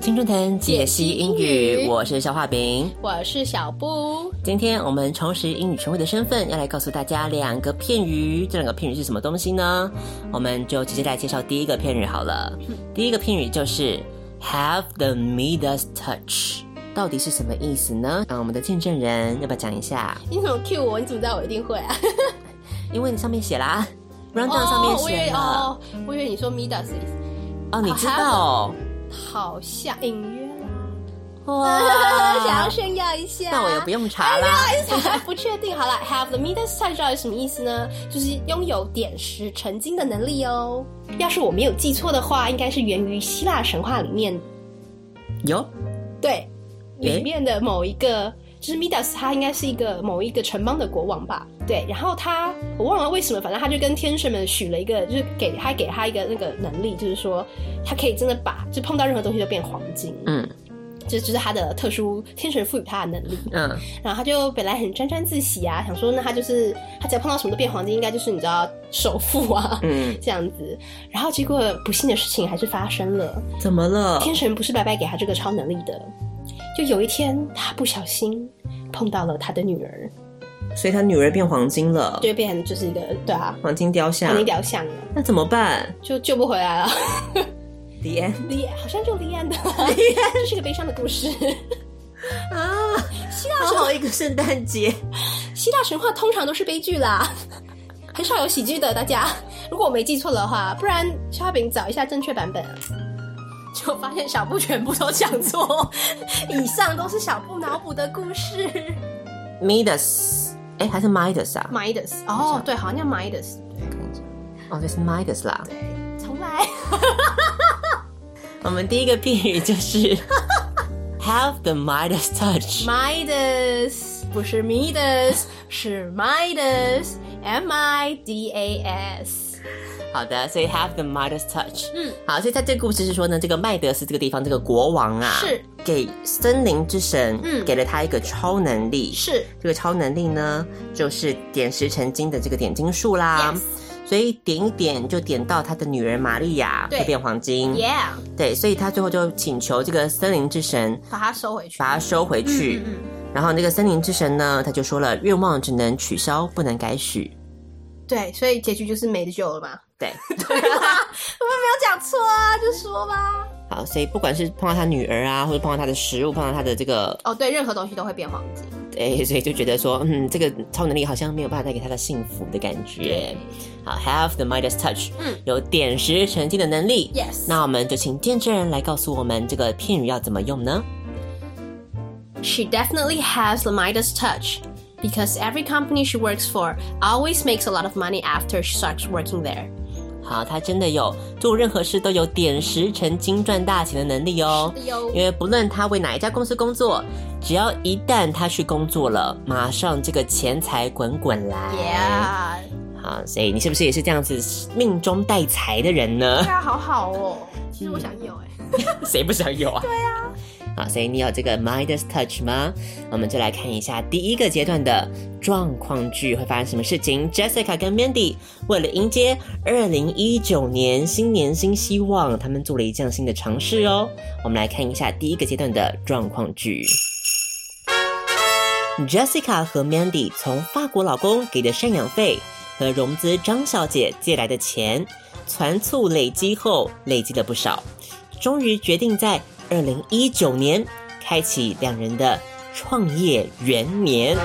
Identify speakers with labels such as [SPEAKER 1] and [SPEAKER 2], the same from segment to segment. [SPEAKER 1] 青春藤解析英语，我是肖画饼。
[SPEAKER 2] 我是小布，
[SPEAKER 1] 今天我们重拾英语权威的身份，要来告诉大家两个片语。这两个片语是什么东西呢？我们就直接来介绍第一个片语好了。
[SPEAKER 2] 嗯
[SPEAKER 1] 第一个片语就是 have the Midas touch，到底是什么意思呢？嗯，我们的见证人要不要讲一下？
[SPEAKER 2] 你怎么 Q 我？你怎么知道我一定会 啊？
[SPEAKER 1] 因为你上面写啦，rundown 上面
[SPEAKER 2] 哦我以
[SPEAKER 1] 写
[SPEAKER 2] 为
[SPEAKER 1] 了。
[SPEAKER 2] 哦，我以为你说 Midas 的意思
[SPEAKER 1] 哦，你 知道哦？
[SPEAKER 2] 好像隐约啦，想
[SPEAKER 1] 哇
[SPEAKER 2] 要，炫耀一下。啊
[SPEAKER 1] 啊那我也不用查啦。
[SPEAKER 2] 哎不确定。好了，have the Midas touch 到底什么意思呢？就是拥有点石成金的能力哦。要是我没有记错的话，应该是源于希腊神话里面
[SPEAKER 1] 有
[SPEAKER 2] 对
[SPEAKER 1] 诶
[SPEAKER 2] 里面的某一个。就是 Midas，他应该是一个某一个城邦的国王吧？对，然后他我忘了为什么，反正他就跟天神们许了一个，就是给他给他一个那个能力，就是说他可以真的把就碰到任何东西都变黄金，
[SPEAKER 1] 嗯
[SPEAKER 2] 这就是他的特殊天神赋予他的能力。
[SPEAKER 1] 嗯
[SPEAKER 2] 然后他就本来很沾沾自喜啊，想说那他就是他只要碰到什么都变黄金，应该就是你知道首富啊、
[SPEAKER 1] 嗯，
[SPEAKER 2] 这样子。然后结果不幸的事情还是发生了，
[SPEAKER 1] 怎么了？
[SPEAKER 2] 天神不是白白给他这个超能力的，就有一天他不小心碰到了他的女儿，
[SPEAKER 1] 所以他女儿变黄金了，
[SPEAKER 2] 就变成就是一个对啊，
[SPEAKER 1] 黄金雕像
[SPEAKER 2] 肯。定雕像了，
[SPEAKER 1] 那怎么办
[SPEAKER 2] 就救不回来了。
[SPEAKER 1] ？The end
[SPEAKER 2] 离好像就离岸 的，这是个悲伤的故事。
[SPEAKER 1] 啊！
[SPEAKER 2] 希腊
[SPEAKER 1] 好
[SPEAKER 2] 神
[SPEAKER 1] 好一个圣诞节，
[SPEAKER 2] 希腊神话通常都是悲剧啦，很少有喜剧的。大家，如果我没记错的话，不然肖饼找一下正确版本。就发现小布全部都讲错，以上都是小布脑补的故事。
[SPEAKER 1] Midas，哎，还是 Midas 啊？
[SPEAKER 2] Midas，哦，对，好像叫 Midas，
[SPEAKER 1] 看一下哦，这是 Midas 啦。
[SPEAKER 2] 对，重来。
[SPEAKER 1] 我们第一个片语就是 have the Midas touch。
[SPEAKER 2] Midas 不是 Midas，是 Midas，M I D A S。
[SPEAKER 1] 好的，所以 have the Midas touch。嗯，好，所以在这个故事是说呢，这个麦德斯这个地方这个国王啊，
[SPEAKER 2] 是
[SPEAKER 1] 给森林之神，
[SPEAKER 2] 嗯
[SPEAKER 1] 给了他一个超能力，
[SPEAKER 2] 是
[SPEAKER 1] 这个超能力呢，就是点石成金的这个点金术啦。所以点一点就点到他的女儿玛利亚，
[SPEAKER 2] 对
[SPEAKER 1] 就变黄金。
[SPEAKER 2] ，Yeah，
[SPEAKER 1] 对，所以他最后就请求这个森林之神
[SPEAKER 2] 把它收回去。
[SPEAKER 1] 把它收回去。
[SPEAKER 2] 嗯嗯
[SPEAKER 1] 然后那个森林之神呢，他就说了，愿望只能取消，不能改许。
[SPEAKER 2] 对，所以结局就是没得救了嘛。
[SPEAKER 1] 对，
[SPEAKER 2] 对 吧？我们没有讲错啊，就说吧。
[SPEAKER 1] 好，所以不管是碰到他女儿啊，或者碰到他的食物，碰到他的这个，
[SPEAKER 2] 哦，对，任何东西都会变黄金。
[SPEAKER 1] 哎，所以就觉得说，嗯，这个超能力好像没有办法带给他的幸福的感觉。好，have the Midas touch，
[SPEAKER 2] 嗯
[SPEAKER 1] 有点石成金的能力。
[SPEAKER 2] Yes
[SPEAKER 1] 那我们就请见证人来告诉我们这个片语要怎么用呢？
[SPEAKER 2] She definitely has the Midas touch because every company she works for always makes a lot of money after she starts working there.
[SPEAKER 1] 好，他真的有做任何事都有点石成金赚大钱的能力哦。因为不论他为哪一家公司工作，只要一旦他去工作了，马上这个钱财滚滚来。
[SPEAKER 2] Yeah，
[SPEAKER 1] 好，所以你是不是也是这样子命中带财的人呢
[SPEAKER 2] 对？啊，好好哦。其实我想有哎、
[SPEAKER 1] 谁不想有啊？对啊。好，所以你有这个 Midas Touch 吗？我们就来看一下第一个阶段的状况剧会发生什么事情。Jessica 跟 Mandy 为了迎接2019年新年新希望，他们做了一项新的尝试哦。我们来看一下第一个阶段的状况剧。Jessica 和 Mandy 从法国老公给的赡养费和融资张小姐借来的钱，攒促累积后累积了不少，终于决定在二零一九年开启两人的创业元年。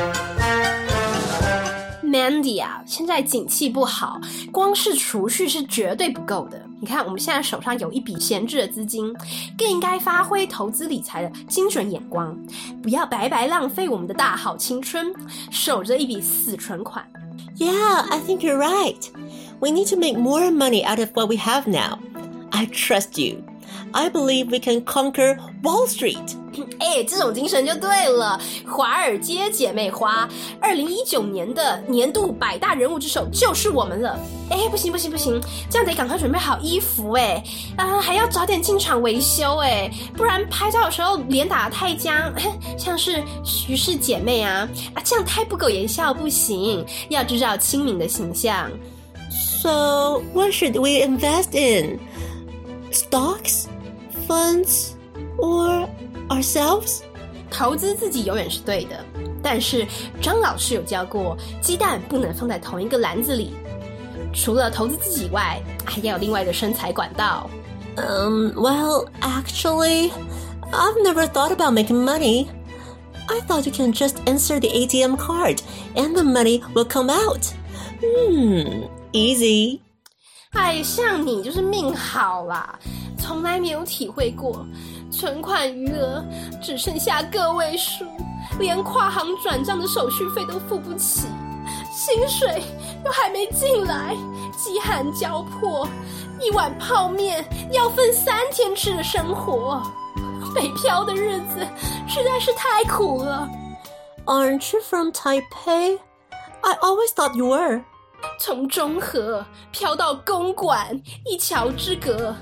[SPEAKER 2] Mandy 啊，现在景气不好，光是储蓄是绝对不够的。你看，我们现在手上有一笔闲置的资金，更应该发挥投资理财的精准眼光，不要白白浪费我们的大好青春，守着一笔死存款。
[SPEAKER 1] Yeah, I think you're right. We need to make more money out of what we have now. I trust you. I believe we can conquer Wall Street.
[SPEAKER 2] 哎，这种精神就对了。华尔街姐妹花，二零一九年的年度百大人物之首就是我们了。哎，不行不行不行，这样得赶快准备好衣服哎，啊，还要早点进场维修哎，不然拍照的时候脸打得太僵，哎像是徐氏姐妹啊啊，这样太不苟言笑不行，要制造亲民的形象。
[SPEAKER 1] So, what should we invest in? Stocks, funds, or ourselves?
[SPEAKER 2] 投资自己永远是对的，但是张老师有教过，鸡蛋不能放在同一个篮子里。除了投资自己以外，还要有另外的生财管道。
[SPEAKER 1] Um, well, actually, I've never thought about making money. I thought you can just insert the ATM card and the money will come out. Hmm, easy.
[SPEAKER 2] 哎，像你就是命好啦，从来没有体会过，存款余额只剩下个位数，连跨行转账的手续费都付不起，薪水都还没进来，饥寒交迫，一碗泡面要分三天吃的生活，北漂的日子实在是太苦了。
[SPEAKER 1] Aren't you from Taipei? I always thought you were.
[SPEAKER 2] 从中和飘到公馆，一桥之隔，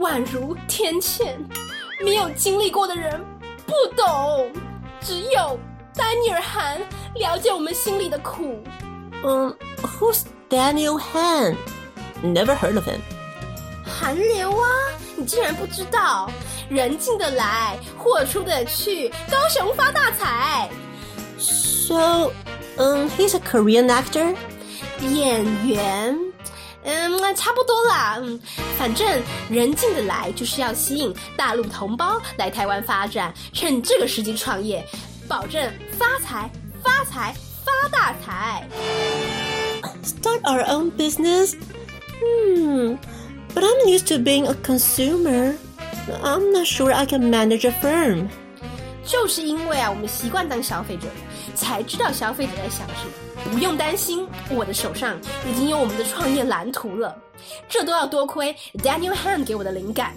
[SPEAKER 2] 宛如天堑。没有经历过的人不懂，只有丹尼尔·韩了解我们心里的苦。
[SPEAKER 1] Um, who's Daniel Han? Never heard of him.
[SPEAKER 2] 韩流啊，你竟然不知道？人进得来，货出得去，高雄发大财。
[SPEAKER 1] So, um, he's a Korean actor?
[SPEAKER 2] 演员，嗯，差不多啦，嗯，反正人进得来就是要吸引大陆同胞来台湾发展，趁这个时机创业，保证发财、发财、发大财。
[SPEAKER 1] Start our own business? Hmm, but I'm used to being a consumer. I'm not sure I can manage a firm.
[SPEAKER 2] 就是因为啊，我们习惯当消费者，才知道消费者在想什么。不用担心，我的手上已经有我们的创业蓝图了。这都要多亏 Daniel Han 给我的灵感。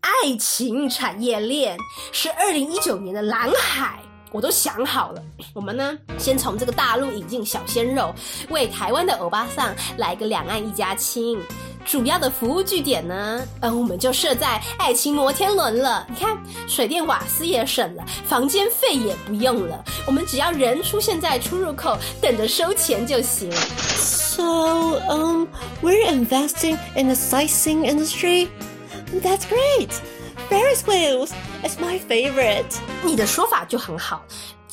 [SPEAKER 2] 爱情产业链是二零一九年的蓝海，我都想好了。我们呢，先从这个大陆引进小鲜肉，为台湾的欧巴桑来个两岸一家亲。主要的服务据点呢，嗯，我们就设在爱情摩天轮了。你看，水电瓦斯也省了，房间费也不用了，我们只要人出现在出入口，等着收钱就行。
[SPEAKER 1] So, um, we're investing in the sightseeing industry? That's great! Ferris wheels is my favorite.
[SPEAKER 2] 你的说法就很好。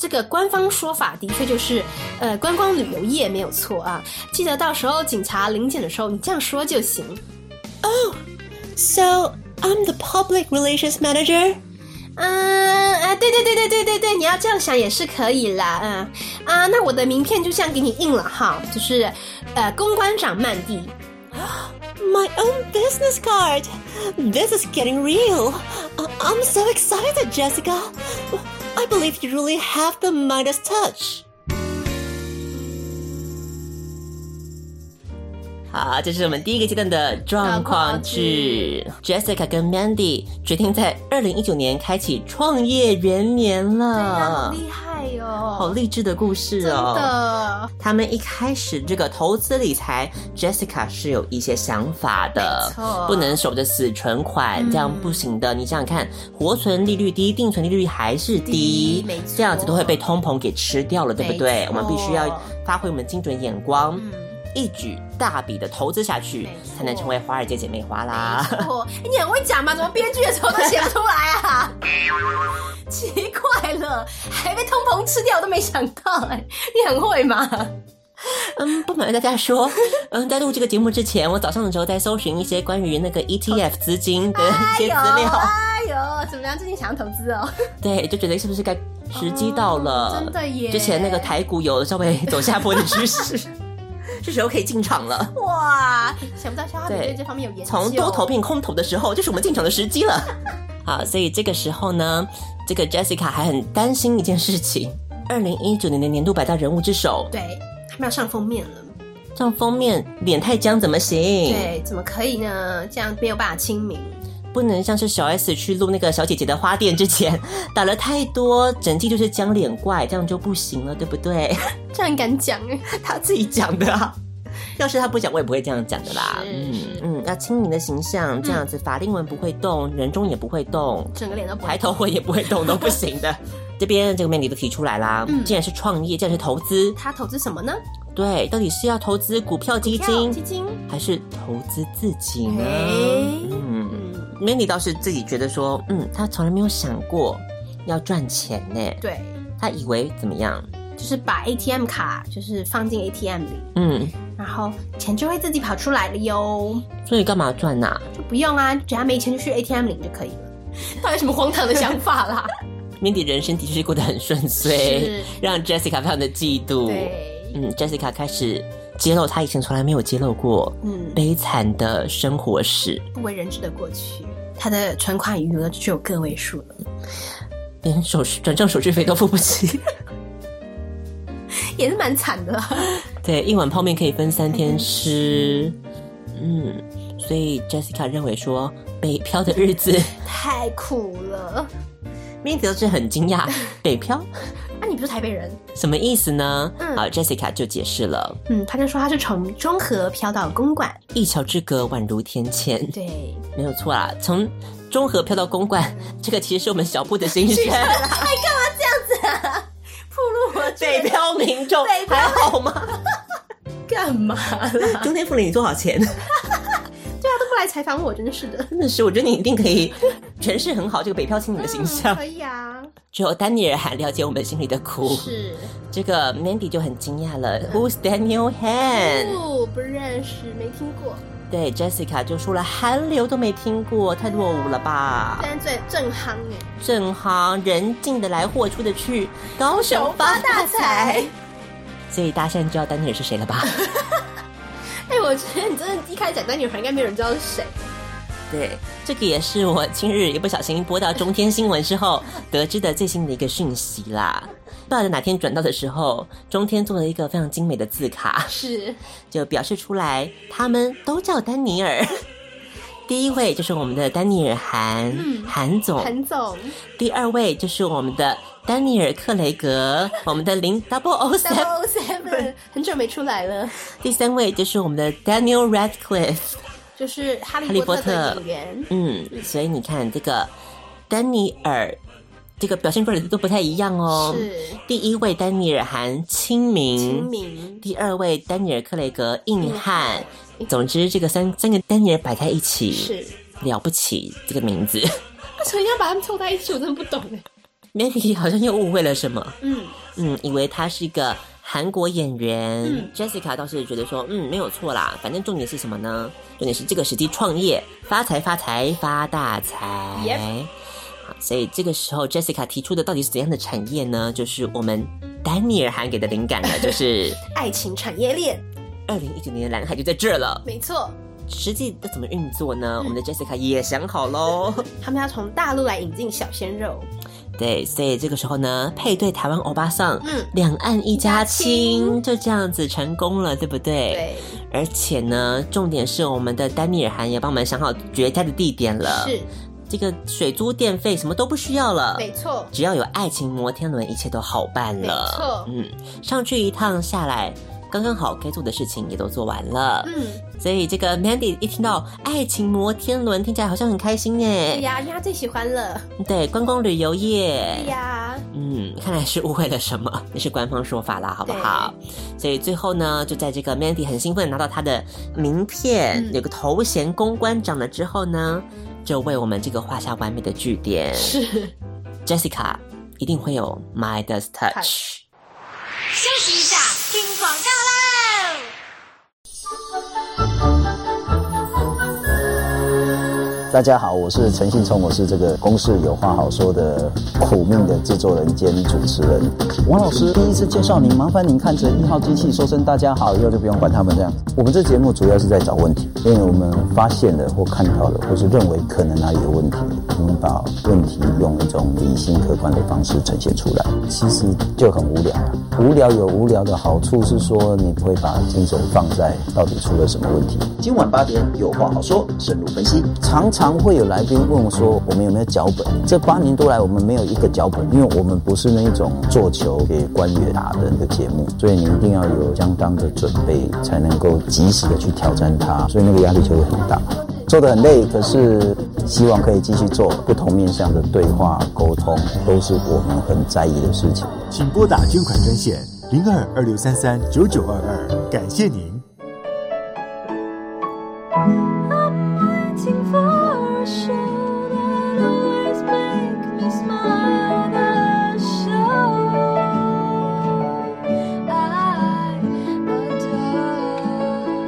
[SPEAKER 2] 这个官方说法的确就是，呃，观光旅游业没有错啊。记得到时候警察临检的时候，你这样说就行。
[SPEAKER 1] So, I'm the public relations manager?
[SPEAKER 2] 嗯啊，对对对对对对对，你要这样想也是可以啦。嗯啊，那我的名片就这样给你印了哈，就是呃，公关长曼蒂。
[SPEAKER 1] My own business card! This is getting real! I- I'm so excited, Jessica! I believe you really have the Midas touch! 好，这是我们第一个阶段的状况剧。Jessica 跟 Mandy 决定在二零一九年开启创业元年
[SPEAKER 2] 呃
[SPEAKER 1] 了，
[SPEAKER 2] 哎厉害哟、
[SPEAKER 1] 好励志的故事哦！
[SPEAKER 2] 的，
[SPEAKER 1] 他们一开始这个投资理财，Jessica 是有一些想法的
[SPEAKER 2] 没错，
[SPEAKER 1] 不能守着死存款，这样不行的。你想想看，活存利率低，定存利率还是低
[SPEAKER 2] 低没，错
[SPEAKER 1] 这样子都会被通膨给吃掉了，对不
[SPEAKER 2] 没？
[SPEAKER 1] 对我
[SPEAKER 2] 错
[SPEAKER 1] 们必须要发挥我们精准眼光，
[SPEAKER 2] 嗯，
[SPEAKER 1] 一举大笔的投资下去
[SPEAKER 2] 没，错
[SPEAKER 1] 才能成为华尔街姐妹花 啦。
[SPEAKER 2] 哦，你很会讲嘛，怎么编剧的时候都写不出来啊？ 奇怪了，还被通膨吃掉，我都没想到哎、你很会嘛？
[SPEAKER 1] 嗯，不瞒大 家说，嗯，在录这个节目之前，我早上的时候在搜寻一些关于那个 ETF 资金的一些
[SPEAKER 2] 哎
[SPEAKER 1] 资
[SPEAKER 2] 呦，
[SPEAKER 1] 料。
[SPEAKER 2] 哎呦，怎么样？最近想要投资哦？
[SPEAKER 1] 对，就觉得是不是该时机到了？
[SPEAKER 2] 哦真的耶
[SPEAKER 1] 之前那个台股有稍微走下坡的趋势， 是时候可以进场了。
[SPEAKER 2] 哇，想不到肖化饼
[SPEAKER 1] 对
[SPEAKER 2] 对这方面有研究。
[SPEAKER 1] 从多头变空头的时候，就是我们进场的时机 了。好，所以这个时候呢，这个 Jessica 还很担心一件事情：二零一九年的年度百大人物之首
[SPEAKER 2] 对，他们要上封面了。
[SPEAKER 1] 这样封面脸太僵怎么行？，
[SPEAKER 2] 对，怎么可以呢？这样没有办法亲民。
[SPEAKER 1] 不能像是小 S 去录那个小姐姐的花店之前 打了太多，整季就是僵脸怪，这样就不行了，对不对？
[SPEAKER 2] 这样敢讲 哎、
[SPEAKER 1] 他自己讲的啊。 要是他不讲，我也不会这样讲的啦。
[SPEAKER 2] 是
[SPEAKER 1] 嗯
[SPEAKER 2] 是
[SPEAKER 1] 嗯，要亲民的形象，这样子法令纹不会动，人中也不会动，
[SPEAKER 2] 整个脸都不
[SPEAKER 1] 抬头纹也不会动，都不行 的。这边这个魅力都提出来啦，
[SPEAKER 2] 嗯
[SPEAKER 1] 既然是创业，既然是投资，
[SPEAKER 2] 他投资什么呢？
[SPEAKER 1] 对，到底是要投资股票基金，
[SPEAKER 2] 基金。
[SPEAKER 1] 还是投资自己呢？
[SPEAKER 2] 哎
[SPEAKER 1] 嗯。
[SPEAKER 2] 嗯，
[SPEAKER 1] Mandy 倒是自己觉得说，嗯，他从来没有想过要赚钱呢。
[SPEAKER 2] 对，
[SPEAKER 1] 他以为怎么样？
[SPEAKER 2] 就是把 ATM 卡就是放进 ATM 里，
[SPEAKER 1] 嗯，
[SPEAKER 2] 然后钱就会自己跑出来了哟，
[SPEAKER 1] 所以干嘛赚呐、
[SPEAKER 2] 就不用啊，只要没钱就去 ATM 领就可以了。 到底什么荒唐的想法啦？
[SPEAKER 1] Mandy 人生的确是过得很顺遂
[SPEAKER 2] 是，
[SPEAKER 1] 让 Jessica 非常的嫉妒。
[SPEAKER 2] 对，
[SPEAKER 1] 嗯，Jessica 开始揭露她以前从来没有揭露过
[SPEAKER 2] 嗯，
[SPEAKER 1] 悲惨的生活史，
[SPEAKER 2] 不为人知的过去，他的存款余额就只有个位数了，
[SPEAKER 1] 连手续转账手续费都付 不起。
[SPEAKER 2] 也是蛮惨的 啦。
[SPEAKER 1] 对，一碗泡面可以分三天吃。嗯，所以 Jessica 认为说，北漂的 日子。
[SPEAKER 2] 太苦了。
[SPEAKER 1] Mindy 都是很惊 讶，北漂
[SPEAKER 2] 啊，你不是台北人？
[SPEAKER 1] 什么意思呢？
[SPEAKER 2] 嗯
[SPEAKER 1] 好，Jessica 就解释了，
[SPEAKER 2] 嗯，他就说他是从中和飘到公馆。
[SPEAKER 1] 一桥之隔宛如天堑，
[SPEAKER 2] 对，
[SPEAKER 1] 没有错啦。从中和飘到公馆， 这个其实是我们小布的心声。
[SPEAKER 2] 铺路我
[SPEAKER 1] 北漂民众
[SPEAKER 2] 北漂
[SPEAKER 1] 还好吗？
[SPEAKER 2] 干嘛啦？
[SPEAKER 1] 中天付了你多少钱？
[SPEAKER 2] 对啊，都不来采访我，真是的。
[SPEAKER 1] 真的是，我觉得你一定可以诠释很好这个北漂青年的形象。
[SPEAKER 2] 可以啊，
[SPEAKER 1] 只有丹尼尔还了解我们心里的苦。
[SPEAKER 2] 是
[SPEAKER 1] 这个 Mandy 就很惊讶了，Who's Daniel Han？
[SPEAKER 2] 不哦不认识，没听过。
[SPEAKER 1] 对，Jessica 就说了，韩流都没听过，太落伍了吧？
[SPEAKER 2] 但最正夯哎，
[SPEAKER 1] 正行人进得来，货出得去，高手发大财。所以大家现在知道丹尼尔是谁了吧？
[SPEAKER 2] 哎，我觉得你真的一开始讲丹女孩，应该没有人知道是谁。
[SPEAKER 1] 对，这个也是我今日一不小心播到中天新闻之后得知的最新的一个讯息啦。不知道哪天转到的时候，中天做了一个非常精美的字卡，
[SPEAKER 2] 是
[SPEAKER 1] 就表示出来他们都叫丹尼尔。 第一位就是我们的丹尼尔韩、韩总，
[SPEAKER 2] 嗯韩总
[SPEAKER 1] 第二位就是我们的丹尼尔·克雷格，我们的零 Double O Seven。
[SPEAKER 2] Double Seven，很久没出来了，
[SPEAKER 1] 第三位就是我们的 Daniel Radcliffe。
[SPEAKER 2] 就是哈
[SPEAKER 1] 哈利
[SPEAKER 2] 利
[SPEAKER 1] 波
[SPEAKER 2] 波
[SPEAKER 1] 特
[SPEAKER 2] 特的演员。
[SPEAKER 1] 嗯，所以你看这个丹尼尔，这个表现出来的都不太一样哦。
[SPEAKER 2] 是
[SPEAKER 1] 第一位丹尼尔·韩清明，
[SPEAKER 2] 清明，
[SPEAKER 1] 第二位丹尼尔·克雷格硬汉。总之，这个三三个丹尼尔摆在一起
[SPEAKER 2] 是
[SPEAKER 1] 了不起，这个名字。
[SPEAKER 2] 为什么要把他们凑在一起？我真的不懂哎。
[SPEAKER 1] Mandy 好像又误会了什么。
[SPEAKER 2] 嗯，
[SPEAKER 1] 嗯，以为他是一个韩国演员。
[SPEAKER 2] 嗯
[SPEAKER 1] Jessica 倒是觉得说，嗯，没有错啦，反正重点是什么呢？重点是这个时机创业，发财发财发大财。
[SPEAKER 2] Yep
[SPEAKER 1] 好，所以这个时候 Jessica 提出的到底是怎样的产业呢？就是我们丹尼尔韩给的灵感呢， 就是
[SPEAKER 2] 爱情产业链，
[SPEAKER 1] 二零一九年的蓝海就在这儿了。
[SPEAKER 2] 没错，
[SPEAKER 1] 实际要怎么运作
[SPEAKER 2] 嗯
[SPEAKER 1] 呢？我们的 Jessica 也想好 喽。
[SPEAKER 2] 他们要从大陆来引进小鲜肉，
[SPEAKER 1] 对，所以这个时候呢，配对台湾欧巴桑，
[SPEAKER 2] 嗯
[SPEAKER 1] 两岸一家
[SPEAKER 2] 一家
[SPEAKER 1] 亲，就这样子成功了，对不对？。
[SPEAKER 2] 对，
[SPEAKER 1] 而且呢，重点是我们的丹尼尔韩也帮我们想好绝佳的地点了，
[SPEAKER 2] 是
[SPEAKER 1] 这个水租电费什么都不需要了。
[SPEAKER 2] 没错，
[SPEAKER 1] 只要有爱情摩天轮，一切都好办了。
[SPEAKER 2] 没
[SPEAKER 1] 嗯，上去一趟下来，刚刚好该做的事情也都做完了。
[SPEAKER 2] 嗯，
[SPEAKER 1] 所以这个 Mandy 一听到爱情摩天轮，听起来好像很开心
[SPEAKER 2] 对
[SPEAKER 1] 耶。
[SPEAKER 2] 呀，人家最喜欢了，
[SPEAKER 1] 对，观光旅游
[SPEAKER 2] 对
[SPEAKER 1] 业。
[SPEAKER 2] 呀，
[SPEAKER 1] 嗯，看来是误会了什么， 那是官方说法啦，好不好？所以最后呢，就在这个 Mandy 很兴奋拿到她的名片，
[SPEAKER 2] 嗯
[SPEAKER 1] 有个头衔公关长了之后呢，就为我们这个画下完美的句点。
[SPEAKER 2] 是
[SPEAKER 1] Jessica 一定会有 My d u s Touch。
[SPEAKER 3] 休息一下，听广告喽。
[SPEAKER 4] 大家好，我是陈信聪，我是这个公事有话好说的苦命的制作人兼主持人。王老师第一次介绍您，麻烦您看着一号机器说声大家好，以后就不用管他们这样。我们这节目主要是在找问题，因为我们发现了或看到了，或是认为可能哪里有问题，我们把问题用一种理性客观的方式呈现出来，其实就很无聊啊。无聊有无聊的好处是说，你不会把精神放在到底出了什么问题。今晚八点有话好说，深入分析。常常会有来宾问我说，我们有没有脚本？这八年多来，我们没有一个脚本，因为我们不是那一种做球给官员打的那个节目，所以你一定要有相当的准备，才能够及时的去挑战它，所以那个压力就会很大。做的很累，可是希望可以继续做不同面向的对话沟通，都是我们很在意的事情。
[SPEAKER 5] 请拨打捐款专线零二二六三三九九二二，感谢您。
[SPEAKER 6] waiting for a show that always make me smile. The show I adore.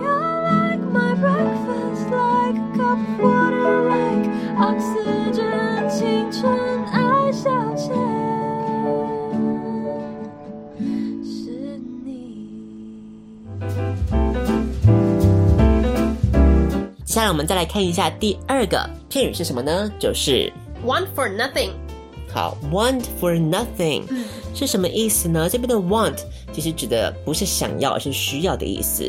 [SPEAKER 6] You're like my breakfast, like a cup of water, like oxygen. 青春爱消遣，是你。
[SPEAKER 1] 接下来我们再来看一下第二个片语是什么呢？就是
[SPEAKER 2] One for nothing，
[SPEAKER 1] 好，want for nothing
[SPEAKER 2] 嗯
[SPEAKER 1] 是什么意思呢？这边的 want 其实指的不是想要，而是需要的意思。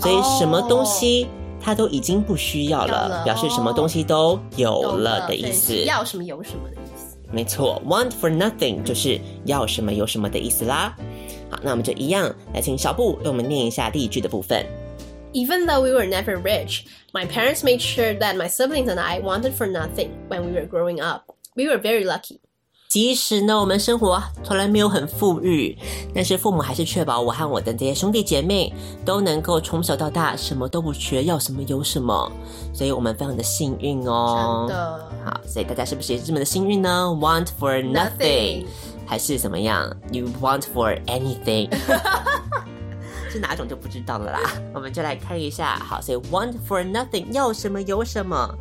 [SPEAKER 1] 所以什么东西它都已经不需要了，
[SPEAKER 2] 哦有了
[SPEAKER 1] 表示什么东西都有
[SPEAKER 2] 懂
[SPEAKER 1] 了的意
[SPEAKER 2] 对
[SPEAKER 1] 思。
[SPEAKER 2] 要什么有什么的意思。
[SPEAKER 1] 没错，want for nothing 就是要什么有什么的意思啦。好，那我们就一样来请小布为我们念一下例句的部分。
[SPEAKER 2] Even though we were never rich, my parents made sure that my siblings and I wanted for nothing when we were growing up. We were very lucky.
[SPEAKER 1] 即使呢，我们生活从来没有很富裕，但是父母还是确保我和我的这些兄弟姐妹都能够从小到大什么都不缺，要什么有什么，所以我们非常的幸运哦。
[SPEAKER 2] 真的
[SPEAKER 1] 好，所以大家是不是也是这么的幸运呢？Want for nothing，
[SPEAKER 2] Nothing
[SPEAKER 1] 还是怎么样？You want for anything？是哪种就不知道了啦。我们就来看一下，好，所以 want for nothing 要什么有什么，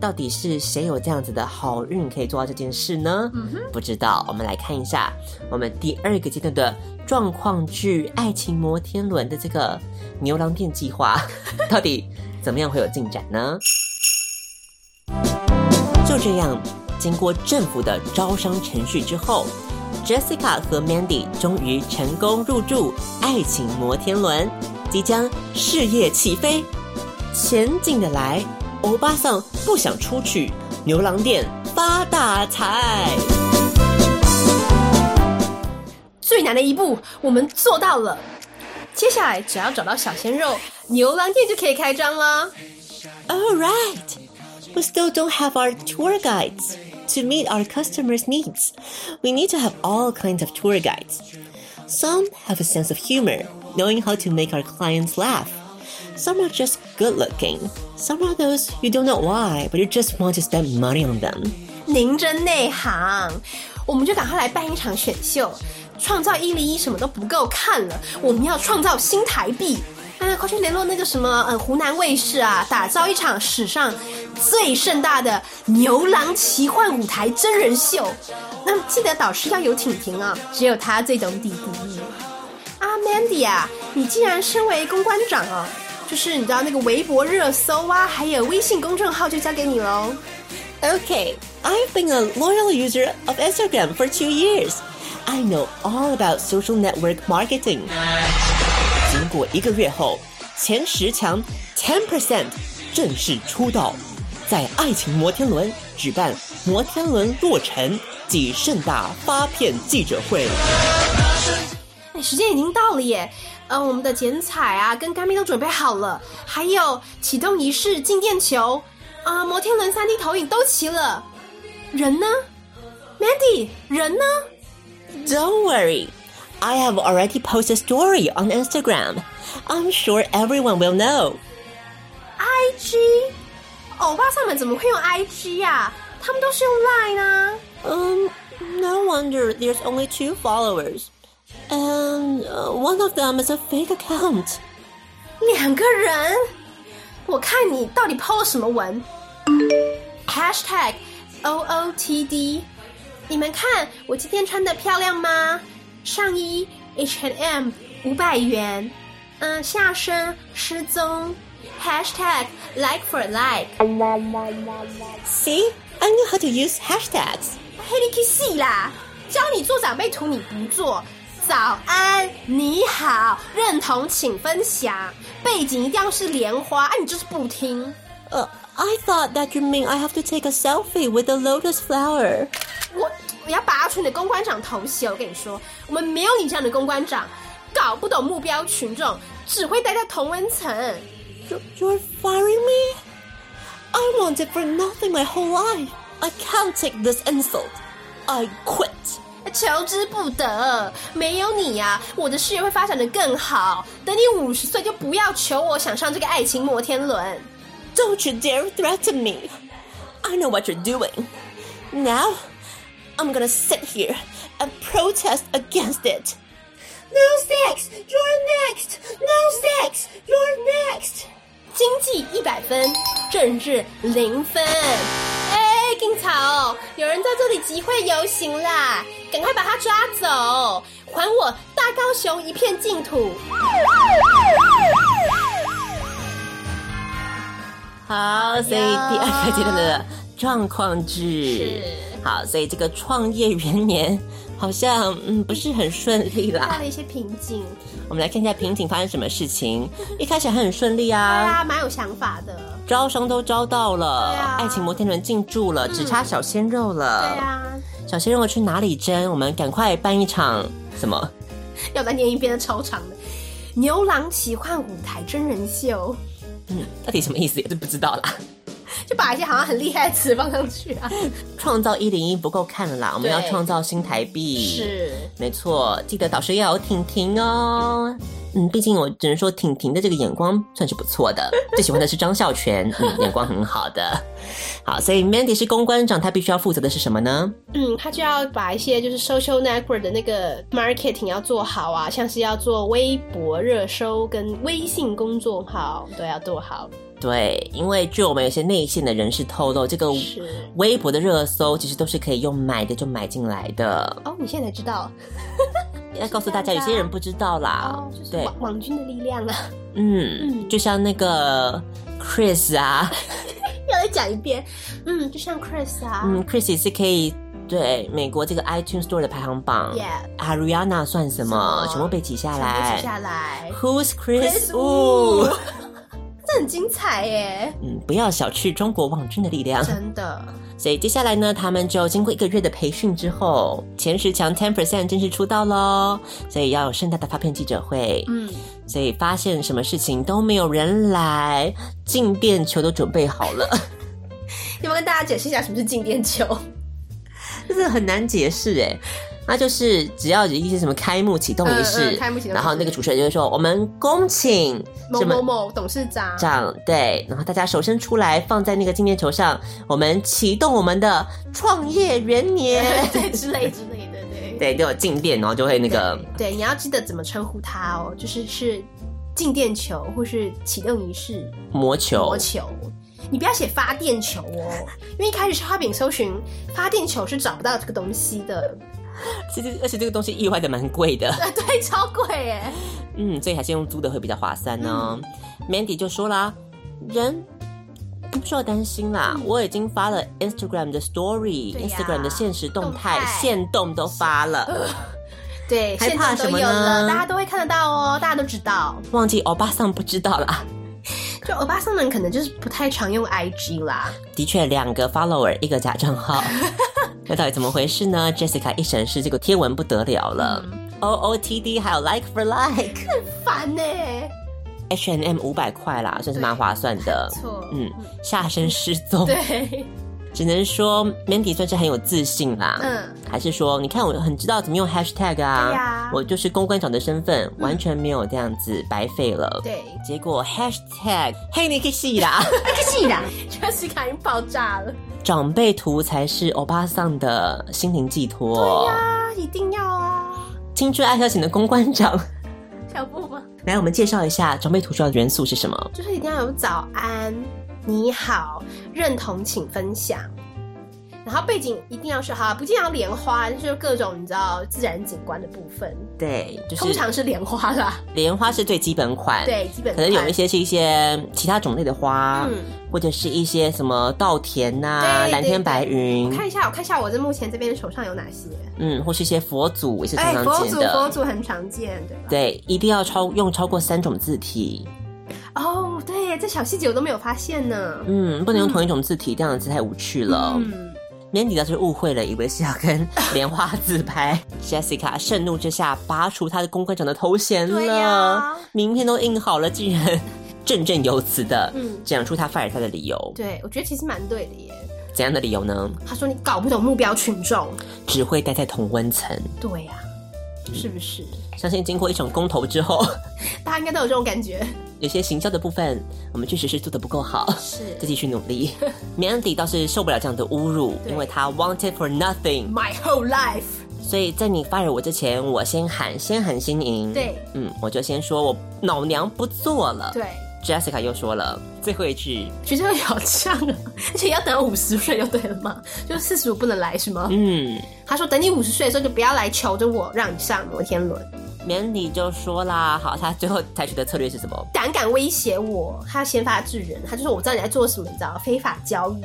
[SPEAKER 1] 到底是谁有这样子的好运可以做到这件事呢？不知道，我们来看一下我们第二个阶段的状况剧《爱情摩天轮》的这个牛郎店计划， 到底怎么样会有进展呢？就这样，经过政府的招商程序之后，Jessica 和 Mandy 终于成功入住爱情摩天轮，即将事业起飞。前景的来，欧巴桑不想出去，牛郎店发大财。
[SPEAKER 2] 最难的一步我们做到了，接下来只要找到小鲜肉，牛郎店就可以开张了。
[SPEAKER 1] All right, we still don't have our tour guides to meet our customers' needs. We need to have all kinds of tour guides. Some have a sense of humor, knowing how to make our clients laugh. Some are just good looking. Some are those you don't know why, but you just want to spend money on them.
[SPEAKER 2] 您真内行，我们就赶快来办一场选秀，创造一零一什么都不够看了，我们要创造新台币。啊，快去联络那个什么，呃，湖南卫视啊，打造一场史上最盛大的牛郎奇幻舞台真人秀。那记得导师要有婷婷啊，只有她最懂底迪。啊，Mandy 啊，你竟然身为公关长哦，就是你知道那个微博热搜啊，还有微信公众号就交给你喽。
[SPEAKER 1] Okay, I've been a loyal user of Instagram for two years. I know all about social network marketing. 经过一个月后，前十强 Ten Percent 正式出道，在爱情摩天轮举办摩天轮落成及盛大发片记者会。
[SPEAKER 2] 哎，时间已经到了耶。呃，我们的剪彩啊，跟干妹都准备好了，还有启动仪式、进电球啊、摩天轮、3D 投影都齐了。人呢？Mandy，人呢？
[SPEAKER 1] Don't worry, I have already posted a story on Instagram. I'm sure everyone will know.
[SPEAKER 2] IG，欧巴桑们怎么会用 IG 呀、他们都是用 Line 啊。
[SPEAKER 1] Um, no wonder there's only two followers. And uh, one of them is a fake account.
[SPEAKER 2] 两个人，我看你到底抛了什么文？#hashtag O O T D，你们看我今天穿的漂亮吗？上衣 H and M 五百元，嗯，下身失踪。#hashtag like for like，
[SPEAKER 1] See, I know how to use hashtags.
[SPEAKER 2] 黑你去死啦！教你做长辈图你不做。早安，你好，认同请分享，背景一定要是莲花，啊，你就是不听。
[SPEAKER 1] Uh, I thought that you mean I have to take a selfie with the lotus flower.
[SPEAKER 2] 我我要拔出你的公关长头衔！我跟你说，我们没有你这样的公关长，搞不懂目标群众，只会待在同温层。
[SPEAKER 1] You, you're firing me? I wanted for nothing my whole life. I can't take this insult. I quit.
[SPEAKER 2] 求之不得。没有你呀、我的事业会发展的更好。等你五十岁就不要求我想上这个爱情摩天轮。
[SPEAKER 1] Don't you dare threaten me. I know what you're doing. Now, I'm gonna sit here and protest against it. No sex! You're next! No sex! You're next!
[SPEAKER 2] 经济一百分，政治零分。哎，警察哦，有人在这里集会游行啦，赶快把他抓走，还我大高雄一片净土。
[SPEAKER 1] 好，所以第二个阶段的状况是
[SPEAKER 2] 是，
[SPEAKER 1] 好，所以这个创业元年好像嗯不是很顺利
[SPEAKER 2] 到
[SPEAKER 1] 啦。
[SPEAKER 2] 了一些瓶颈，
[SPEAKER 1] 我们来看一下瓶颈发生什么事情。一开始还很顺利
[SPEAKER 2] 对
[SPEAKER 1] 啊，
[SPEAKER 2] 啊，蛮有想法的，
[SPEAKER 1] 招商都招到了，
[SPEAKER 2] 对啊
[SPEAKER 1] 爱情摩天轮进驻了，只差小鲜肉
[SPEAKER 2] 对
[SPEAKER 1] 了。
[SPEAKER 2] 啊，
[SPEAKER 1] 小鲜肉去哪里争？我们赶快办一场什么？
[SPEAKER 2] 要再念一遍超长的。牛郎奇幻舞台真人秀，
[SPEAKER 1] 嗯，到底什么意思也是不知道啦。
[SPEAKER 2] 就把一些好像很厉害的词放上去啊。
[SPEAKER 1] 创造一零一不够看了啦，我
[SPEAKER 2] 对
[SPEAKER 1] 们要创造新台币。。
[SPEAKER 2] 是，
[SPEAKER 1] 没错，记得导师要有婷婷哦。嗯，毕竟我只能说婷婷的这个眼光算是不错的， 最喜欢的是张孝全，嗯，眼光很好的。好，所以 Mandy 是公关长，他必须要负责的是什么呢？
[SPEAKER 2] 嗯，他就要把一些就是 social network 的那个 marketing 要做好啊，像是要做微博热搜跟微信公众号都要做好。
[SPEAKER 1] 对，因为据我们有些内线的人士透露，这个
[SPEAKER 2] 是
[SPEAKER 1] 微博的热搜其实都是可以用买的就买进来的。
[SPEAKER 2] 哦，你现在才知道
[SPEAKER 1] 要告诉大家，有些人不知道啦
[SPEAKER 2] 哦，，就是
[SPEAKER 1] 对，
[SPEAKER 2] 网网军的力量啊！
[SPEAKER 1] 嗯，
[SPEAKER 2] 嗯
[SPEAKER 1] 就像那个 Chris 啊，
[SPEAKER 2] 要来讲一遍，嗯，就像 Chris 啊，
[SPEAKER 1] 嗯，Chris 也是可以对美国这个 iTunes Store 的排行榜啊
[SPEAKER 2] Yeah
[SPEAKER 1] Ariana 算什么？
[SPEAKER 2] 什么
[SPEAKER 1] 全部被挤下
[SPEAKER 2] 全部
[SPEAKER 1] 来。
[SPEAKER 2] 记下来
[SPEAKER 1] Who's Chris
[SPEAKER 2] Wu
[SPEAKER 1] Wu？
[SPEAKER 2] 这很精彩耶，
[SPEAKER 1] 嗯，不要小觑中国网军的力量。
[SPEAKER 2] 真的。
[SPEAKER 1] 所以接下来呢，他们就经过一个月的培训之后，前十强 Ten Percent 正式出道喽。所以要有盛大的发片记者会。
[SPEAKER 2] 嗯，
[SPEAKER 1] 所以发现什么事情都没有人来，静电球都准备好 了，
[SPEAKER 2] 要不要跟大家解释一下什么是静电球？
[SPEAKER 1] 这个很难解释哎。那就是只要有一些什么开幕启动仪
[SPEAKER 2] 嗯
[SPEAKER 1] 式，
[SPEAKER 2] 嗯开幕启动仪式
[SPEAKER 1] 然后那个主持人就会说：“我们恭请
[SPEAKER 2] 某
[SPEAKER 1] 什么
[SPEAKER 2] 某某董事长，
[SPEAKER 1] 长对，然后大家手伸出来放在那个纪念球上，我们启动我们的创业元年。
[SPEAKER 2] 对之类之类的，对。
[SPEAKER 1] 对，就有静电，然后就会那个
[SPEAKER 2] 对，你要记得怎么称呼它哦，就是是静电球或是启动仪式
[SPEAKER 1] 魔球
[SPEAKER 2] 魔。球。你不要写发电球哦，因为一开始烧饼搜寻发电球是找不到这个东西的，
[SPEAKER 1] 其实而且这个东西意外的蛮贵 的，
[SPEAKER 2] 啊，对，超贵哎，
[SPEAKER 1] 嗯，所以还是用租的会比较划算呢、Mandy 就说啦，人。不需要担心啦，我已经发了 Instagram 的 Story、
[SPEAKER 2] 对呀
[SPEAKER 1] Instagram 的现实动态、
[SPEAKER 2] 动态
[SPEAKER 1] 现动都发了，
[SPEAKER 2] 对，
[SPEAKER 1] 还
[SPEAKER 2] 现
[SPEAKER 1] 怕
[SPEAKER 2] 在
[SPEAKER 1] 什
[SPEAKER 2] 都
[SPEAKER 1] 么
[SPEAKER 2] 有了，
[SPEAKER 1] 呢
[SPEAKER 2] 大家都会看得到哦，大家都知道。
[SPEAKER 1] 忘记欧巴桑不知道啦。
[SPEAKER 2] 就欧巴桑们可能就是不太常用 IG 啦，
[SPEAKER 1] 的确，两个 follower，一个假账 号。那到底怎么回事呢？Jessica 一审视这个贴文不得了了、o O T D 还有 Like for Like，H
[SPEAKER 2] 烦呢、
[SPEAKER 1] and M H&M 五百块啦，算是蛮划算的。
[SPEAKER 2] 错，
[SPEAKER 1] 嗯，下身失踪，
[SPEAKER 2] 对，
[SPEAKER 1] 只能说 Mandy 算是很有自信啦。
[SPEAKER 2] 嗯，
[SPEAKER 1] 还是说，你看我很知道怎么用 hashtag 啊，
[SPEAKER 2] 对呀
[SPEAKER 1] 我就是公关长的身份，完全没有这样子白费了。
[SPEAKER 2] 对
[SPEAKER 1] 结果 hashtag 嘿你个戏啦，
[SPEAKER 2] 这戏 啦，Jessica 已经爆炸了，
[SPEAKER 1] 长辈图才是欧巴桑的心灵寄托。
[SPEAKER 2] 啊，一定要啊，
[SPEAKER 1] 青春爱消遣的公关长，
[SPEAKER 2] 小布吗？
[SPEAKER 1] 来，我们介绍一下长辈图需要的元素是什么。
[SPEAKER 2] 就是一定要有早安、你好、认同，请分享。然后背景一定要是哈，不仅要莲花，就是各种你知道自然景观的部分，
[SPEAKER 1] 对，就是
[SPEAKER 2] 通常是莲花啦。
[SPEAKER 1] 莲花是最基本款，，
[SPEAKER 2] 对，基本
[SPEAKER 1] 可能有
[SPEAKER 2] 款
[SPEAKER 1] 一些是一些其他种类的花，
[SPEAKER 2] 哎嗯
[SPEAKER 1] 或者是一些什么稻田呐、
[SPEAKER 2] 对
[SPEAKER 1] 蓝天
[SPEAKER 2] 对
[SPEAKER 1] 白云
[SPEAKER 2] 我，看一下，我看一下我这目前这边手上有哪些。
[SPEAKER 1] 嗯，或是一些佛祖也是
[SPEAKER 2] 哎，
[SPEAKER 1] 常
[SPEAKER 2] 佛
[SPEAKER 1] 常
[SPEAKER 2] 祖
[SPEAKER 1] 见
[SPEAKER 2] 佛
[SPEAKER 1] 的。
[SPEAKER 2] 祖很常见，对吧？
[SPEAKER 1] 对，一定要超用超过三种字体，
[SPEAKER 2] 哦，对，这小细节我都没有发现呢。
[SPEAKER 1] 嗯，不能用同一种字体，这样子太无趣了。
[SPEAKER 2] 嗯，
[SPEAKER 1] 年底当时误会了，以为是要跟莲花自拍。Jessica 盛怒之下拔除她的公关长的头衔
[SPEAKER 2] 对
[SPEAKER 1] 了
[SPEAKER 2] 呀，
[SPEAKER 1] 名片都印好了，竟然 振振有词的
[SPEAKER 2] 嗯
[SPEAKER 1] 讲出她 fire 他的理由。
[SPEAKER 2] 对，我觉得其实蛮对的耶。
[SPEAKER 1] 怎样的理由呢？
[SPEAKER 2] 他说你搞不懂目标群众，
[SPEAKER 1] 只会待在同温层。
[SPEAKER 2] 对呀、
[SPEAKER 1] 嗯
[SPEAKER 2] 是不是？
[SPEAKER 1] 相信经过一场公投之后，
[SPEAKER 2] 大家应该都有这种感觉。
[SPEAKER 1] 有些行销的部分，我们确实是做的不够好。
[SPEAKER 2] 是
[SPEAKER 1] 再继续努 力。Mandy 倒是受不了这样的侮辱，
[SPEAKER 2] 对
[SPEAKER 1] 因为她 wanted for nothing。
[SPEAKER 2] My whole life，
[SPEAKER 1] 所以在你 fire 我之前，我先喊，先喊先赢。
[SPEAKER 2] 对，
[SPEAKER 1] 嗯，我就先说我老娘不做了。
[SPEAKER 2] 对，
[SPEAKER 1] Jessica 又说了最后一句，
[SPEAKER 2] 学校有这样啊， 而且要等五十岁就对了嘛，就四十五不能来是吗？
[SPEAKER 1] 嗯
[SPEAKER 2] 他说等你五十岁的时候就不要来求着我让你上摩天轮，
[SPEAKER 1] ，Mandy 就说啦，好，她最后采取的策略是什么？
[SPEAKER 2] 胆敢威胁我，他要先发制人，他就说我知道你在做什么，你知道非法交易，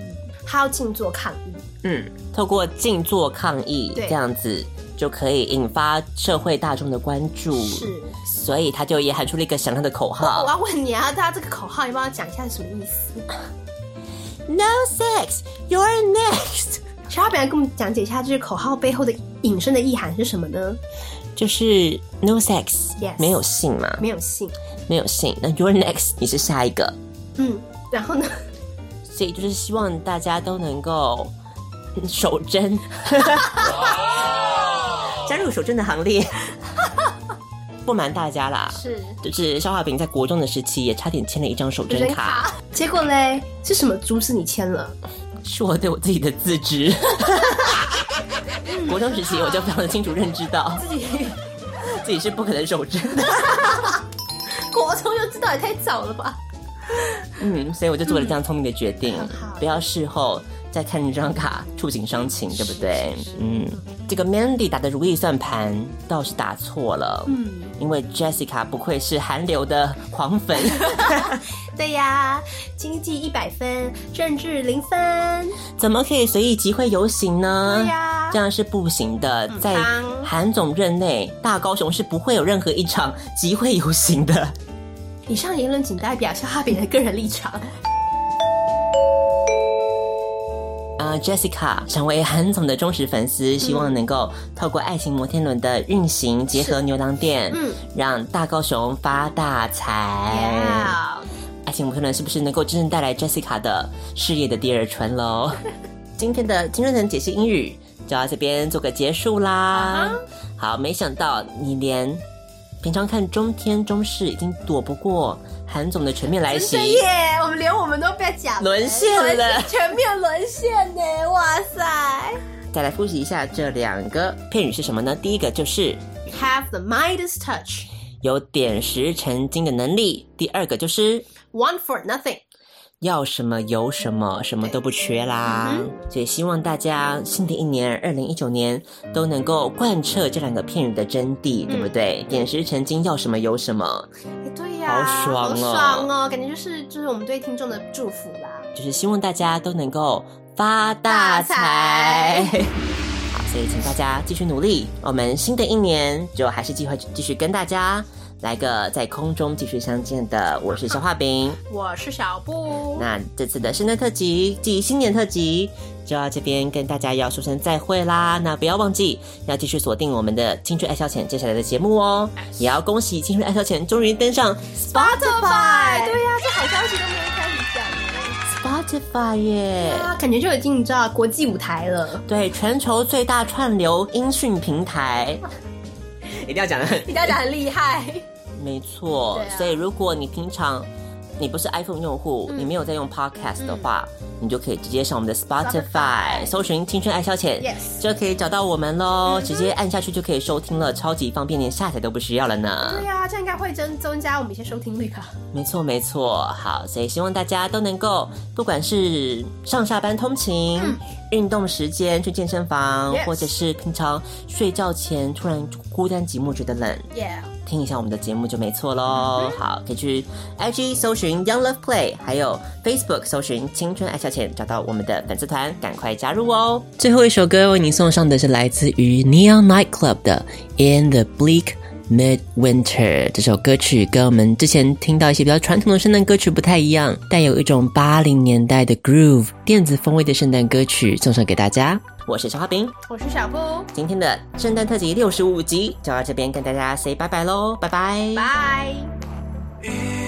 [SPEAKER 2] 他要静坐抗议。
[SPEAKER 1] 嗯，透过静坐抗议
[SPEAKER 2] 对
[SPEAKER 1] 这样子。就可以引发社会大众的关注，
[SPEAKER 2] 是，
[SPEAKER 1] 所以他就也喊出了一个响亮的口
[SPEAKER 2] 我我
[SPEAKER 1] 号
[SPEAKER 2] 要问你啊，大家这个口号要不要讲一下是什么意思？
[SPEAKER 1] ：“No sex, you're next。
[SPEAKER 2] 小老板跟我们讲解一下这个口号背后的引申的意涵是什么呢？”
[SPEAKER 1] 就是 “no sex”，、
[SPEAKER 2] Yes
[SPEAKER 1] 没有性嘛，
[SPEAKER 2] 没有性，
[SPEAKER 1] 没有性。那 “you're next”，你是下一个，
[SPEAKER 2] 嗯，然后呢？
[SPEAKER 1] 所以就是希望大家都能够嗯守贞，加入守贞的行列。 不瞒大家啦，
[SPEAKER 2] 是
[SPEAKER 1] 就是肖化饼在国中的时期也差点签了一张守贞
[SPEAKER 2] 人
[SPEAKER 1] 卡，
[SPEAKER 2] 卡，结果嘞是什么猪是你签了？
[SPEAKER 1] 是我对我自己的自 知。国中时期我就非常的清楚认知到
[SPEAKER 2] 自己
[SPEAKER 1] 自己是不可能守贞 的，
[SPEAKER 2] 国中就知道也太早了吧？
[SPEAKER 1] 嗯，所以我就做了这样聪明的决定
[SPEAKER 2] 嗯很，好
[SPEAKER 1] 不要事后再看这张卡触景伤情，对不对？嗯，这个 Mandy 打的如意算盘倒是打错了，
[SPEAKER 2] 嗯，
[SPEAKER 1] 因为 Jessica 不愧是韩流的狂 粉，
[SPEAKER 2] 对呀，经济一百分，政治零分，
[SPEAKER 1] 怎么可以随意集会游行呢？
[SPEAKER 2] 对呀
[SPEAKER 1] 这样是不行的。在
[SPEAKER 2] 嗯当
[SPEAKER 1] 韩总任内，大高雄是不会有任何一场集会游行的。
[SPEAKER 2] 以上言论仅代表肖哈饼的个人立场。
[SPEAKER 1] 啊、j e s s i c a 成为韩总的忠实粉丝，希望能够透过爱情摩天轮的运行，结合牛郎店，
[SPEAKER 2] 嗯
[SPEAKER 1] 让大高雄发大
[SPEAKER 2] 哎
[SPEAKER 1] 财。
[SPEAKER 2] Yeah，
[SPEAKER 1] 爱情摩天轮是不是能够真正带来 Jessica 的事业的第二春喽？ 今天的青春藤解析英语就到这边做个结束
[SPEAKER 2] 啊
[SPEAKER 1] 啦。好，没想到你连平常看中天中视已经躲不过韩总的全面来袭
[SPEAKER 2] 真的，耶！我们连我们都被讲
[SPEAKER 1] 沦陷了。
[SPEAKER 2] 全面沦陷呢！哇塞
[SPEAKER 1] 再来复习一下这两个片语是什么呢？第一个就是
[SPEAKER 2] ，Have the Midas touch,
[SPEAKER 1] 有点石成金的能力，第二个就是。
[SPEAKER 2] one for nothing。
[SPEAKER 1] 要什么有什么，什么都不缺啦。所以希望大家新的一年二零一九年都能够贯彻这两个片语的真谛，对不对？点石成金，要什么有什么，
[SPEAKER 2] 哎，对呀，
[SPEAKER 1] 好爽哦
[SPEAKER 2] 好爽哦！感觉就是就是我们对听众的祝福啦。
[SPEAKER 1] 就是希望大家都能够发大财。好，所以请大家继续努力，我们新的一年就还是计划继续跟大家来个在空中继续相见的。我是小画饼。
[SPEAKER 2] 我是小布，
[SPEAKER 1] 那这次的圣诞特辑暨新年特辑就到这边跟大家要说声再会啦。那不要忘记要继续锁定我们的《青春爱消遣》接下来的节目哦。也要恭喜《青春爱消遣》终于登上 Spotify，
[SPEAKER 2] 哎对呀、这好消息都没有开始讲。
[SPEAKER 1] Spotify 耶！
[SPEAKER 2] 啊，感觉就已经你知道国际舞台 了，
[SPEAKER 1] 对，全球最大串流音讯平台， 一定要讲的很
[SPEAKER 2] 比大家很厉害。
[SPEAKER 1] 没错，
[SPEAKER 2] 对啊
[SPEAKER 1] 所以如果你平常你不是 iPhone 用户，
[SPEAKER 2] 嗯
[SPEAKER 1] 你没有在用 Podcast 的话，你就可以直接上我们的 Spotify 搜寻“青春爱消遣
[SPEAKER 2] Yes 嗯
[SPEAKER 1] 就可以找到我们喽。直接按下去就可以收听了，超级方便，连下载都不需要了呢。
[SPEAKER 2] 对呀、这样应该会增增加我们一些收听率啊吧？
[SPEAKER 1] 没错，没错。好，所以希望大家都能够，不管是上下班通勤、运动时间去健身房
[SPEAKER 2] 嗯 Yes
[SPEAKER 1] 或者是平常睡觉前突然孤单寂寞觉得冷，
[SPEAKER 2] 耶、
[SPEAKER 1] 听一下我们的节目就没错喽。好，可以去 IG 搜寻 Young Love Play，还有 Facebook 搜寻青春爱消遣，找到我们的粉丝团，赶快加入哦。最后一首歌为您送上的是来自于 Neon Night Club 的《In the Bleak Midwinter》这首歌曲，跟我们之前听到一些比较传统的圣诞歌曲不太一样，带有一种八零年代的 groove 电子风味的圣诞歌曲送上给大家。我是小花饼，
[SPEAKER 2] 我是小布，
[SPEAKER 1] 今天的圣诞特辑六十五集就到这边跟大家 say 拜拜喽，拜拜，
[SPEAKER 2] 拜。
[SPEAKER 3] In